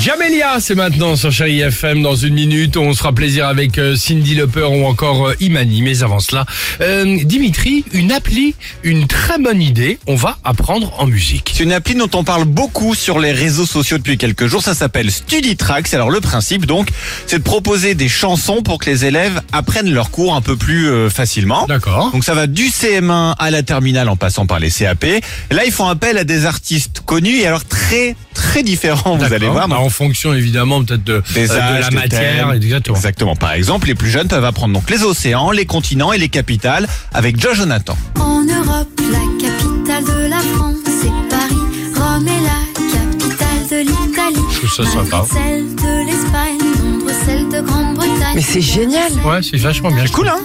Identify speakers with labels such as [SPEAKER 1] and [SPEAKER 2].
[SPEAKER 1] Jamelia, c'est maintenant sur Chéri FM dans une minute. On se fera plaisir avec euh, Cindy Leper ou encore euh, Imani. Mais avant cela, euh, Dimitri, une appli, une très bonne idée. On va apprendre en musique.
[SPEAKER 2] C'est une appli dont on parle beaucoup sur les réseaux sociaux depuis quelques jours. Ça s'appelle StudiTrax. Alors le principe donc, c'est de proposer des chansons pour que les élèves apprennent leurs cours un peu plus euh, facilement.
[SPEAKER 1] D'accord.
[SPEAKER 2] Donc ça va du CM1 à la terminale en passant par les CAP. Là, ils font appel à des artistes connus et alors très très différents, vous
[SPEAKER 1] D'accord.
[SPEAKER 2] allez voir.
[SPEAKER 1] Bah, en fonction évidemment peut-être de,
[SPEAKER 2] Des
[SPEAKER 1] euh, de
[SPEAKER 2] âges,
[SPEAKER 1] la
[SPEAKER 2] des
[SPEAKER 1] matière.
[SPEAKER 2] thèmes.
[SPEAKER 1] Exactement.
[SPEAKER 2] Exactement. Par exemple, les plus jeunes peuvent apprendre donc les océans, les continents et les capitales avec Joe Jonathan.
[SPEAKER 3] En Europe, la capitale de la France, c'est Paris. Rome est la capitale de l'Italie.
[SPEAKER 1] Je trouve ça sympa.
[SPEAKER 3] Madrid, Celle de l'Espagne, Londres, celle de Grande-Bretagne.
[SPEAKER 4] Mais c'est génial.
[SPEAKER 1] Ouais, c'est vachement bien.
[SPEAKER 2] C'est cool, hein